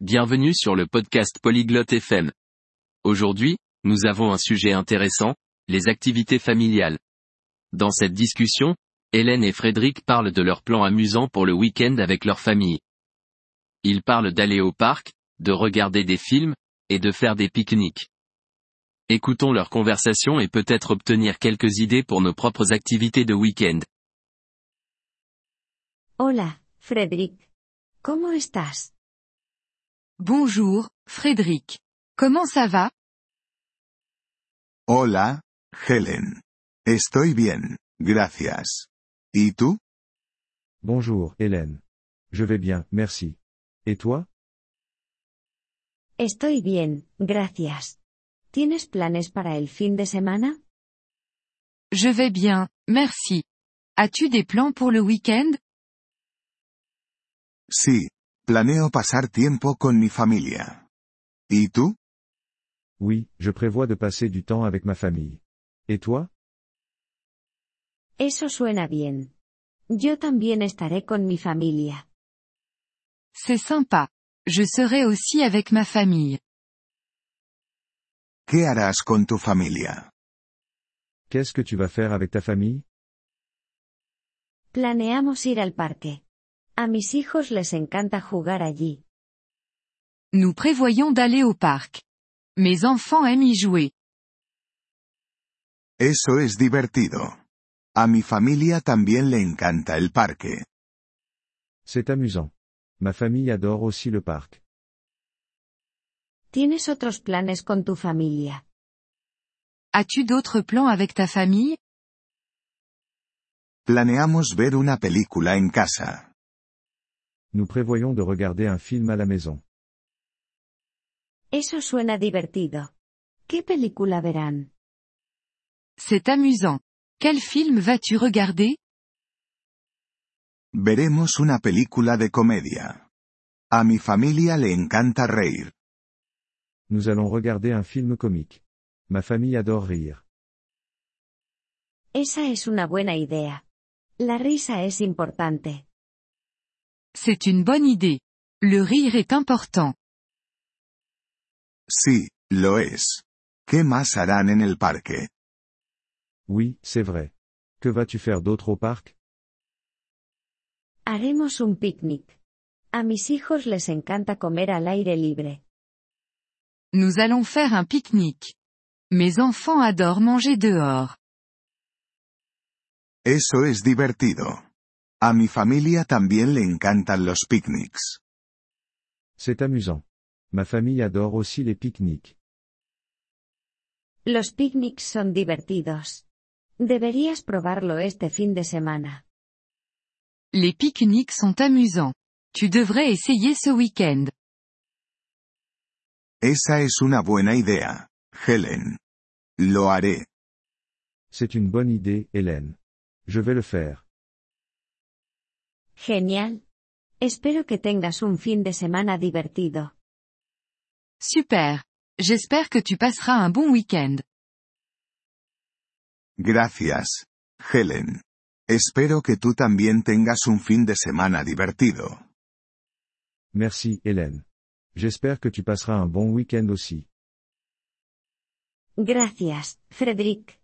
Bienvenue sur le podcast Polyglotte FM. Aujourd'hui, nous avons un sujet intéressant, les activités familiales. Dans cette discussion, Hélène et Frédéric parlent de leurs plans amusants pour le week-end avec leur famille. Ils parlent d'aller au parc, de regarder des films, et de faire des pique-niques. Écoutons leur conversation et peut-être obtenir quelques idées pour nos propres activités de week-end. Hola, Frederick. ¿Cómo estás? Bonjour, Frédéric. Comment ça va Hola, Helen. Estoy bien, gracias. ¿Y tú? Bonjour, Hélène. Je vais bien, merci. Et toi Estoy bien, gracias. ¿Tienes planes para el fin de semana? Je vais bien, merci. As-tu des plans pour le week-end Sí, planeo pasar tiempo con mi familia. ¿Y tú? Oui, je prévois de passer du temps avec ma famille. Et toi Eso suena bien. Yo también estaré con mi familia. C'est sympa. Je serai aussi avec ma famille. ¿Qué harás con tu familia? Qu'est-ce que tu vas faire avec ta famille Planeamos ir al parque. A mis hijos les encanta jugar allí. Nous prévoyons d'aller au parc. Mes enfants aiment y jouer. Eso es divertido. A mi familia también le encanta el parque. C'est amusant. Ma famille adore aussi le parc. ¿Tienes otros planes con tu familia? As-tu d'autres plans avec ta famille Planeamos ver una película en casa. Nous prévoyons de regarder un film à la maison. Eso suena divertido. ¿Qué película verán? C'est amusant. Quel film vas-tu regarder Veremos una película de comedia. A mi familia le encanta reír. Nous allons regarder un film comique. Ma famille adore rire. Esa es una buena idea. La risa es importante. C'est une bonne idée. Le rire est important. Sí, lo es. ¿Qué más harán en el parque? Oui, c'est vrai. Que vas-tu faire d'autre au parc Haremos un picnic. A mis hijos les encanta comer al aire libre. Nous allons faire un pique-nique. Mes enfants adorent manger dehors. Eso es divertido. A mi familia también le encantan los picnics. C'est amusant. Ma famille adore aussi les pique-niques. Los picnics son divertidos. Deberías probarlo este fin de semana. Les pique-niques sont amusants. Tu devrais essayer ce week-end. Esa es una buena idea, Helen. Lo haré. C'est une bonne idée, Hélène. Je vais le faire. Genial. Espero que tengas un fin de semana divertido. Super. J'espère que tu passeras un bon week-end. Gracias, Helen. Espero que tú también tengas un fin de semana divertido. Merci, Hélène. J'espère que tu passeras un bon week-end aussi. Gracias, Frederick.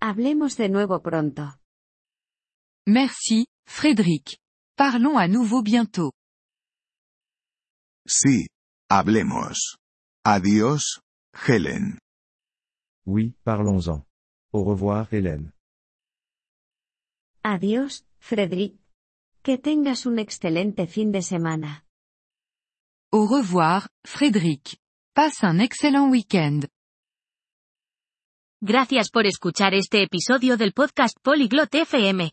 Hablemos de nuevo pronto. Merci, Frédéric. Parlons à nouveau bientôt. Sí, hablemos. Adiós, Helen. Oui, parlons-en. Au revoir, Hélène. Adiós, Frederick. Que tengas un excelente fin de semana. Au revoir, Frédéric. Passe un excellent week-end. Gracias por escuchar este episodio del podcast Polyglot FM.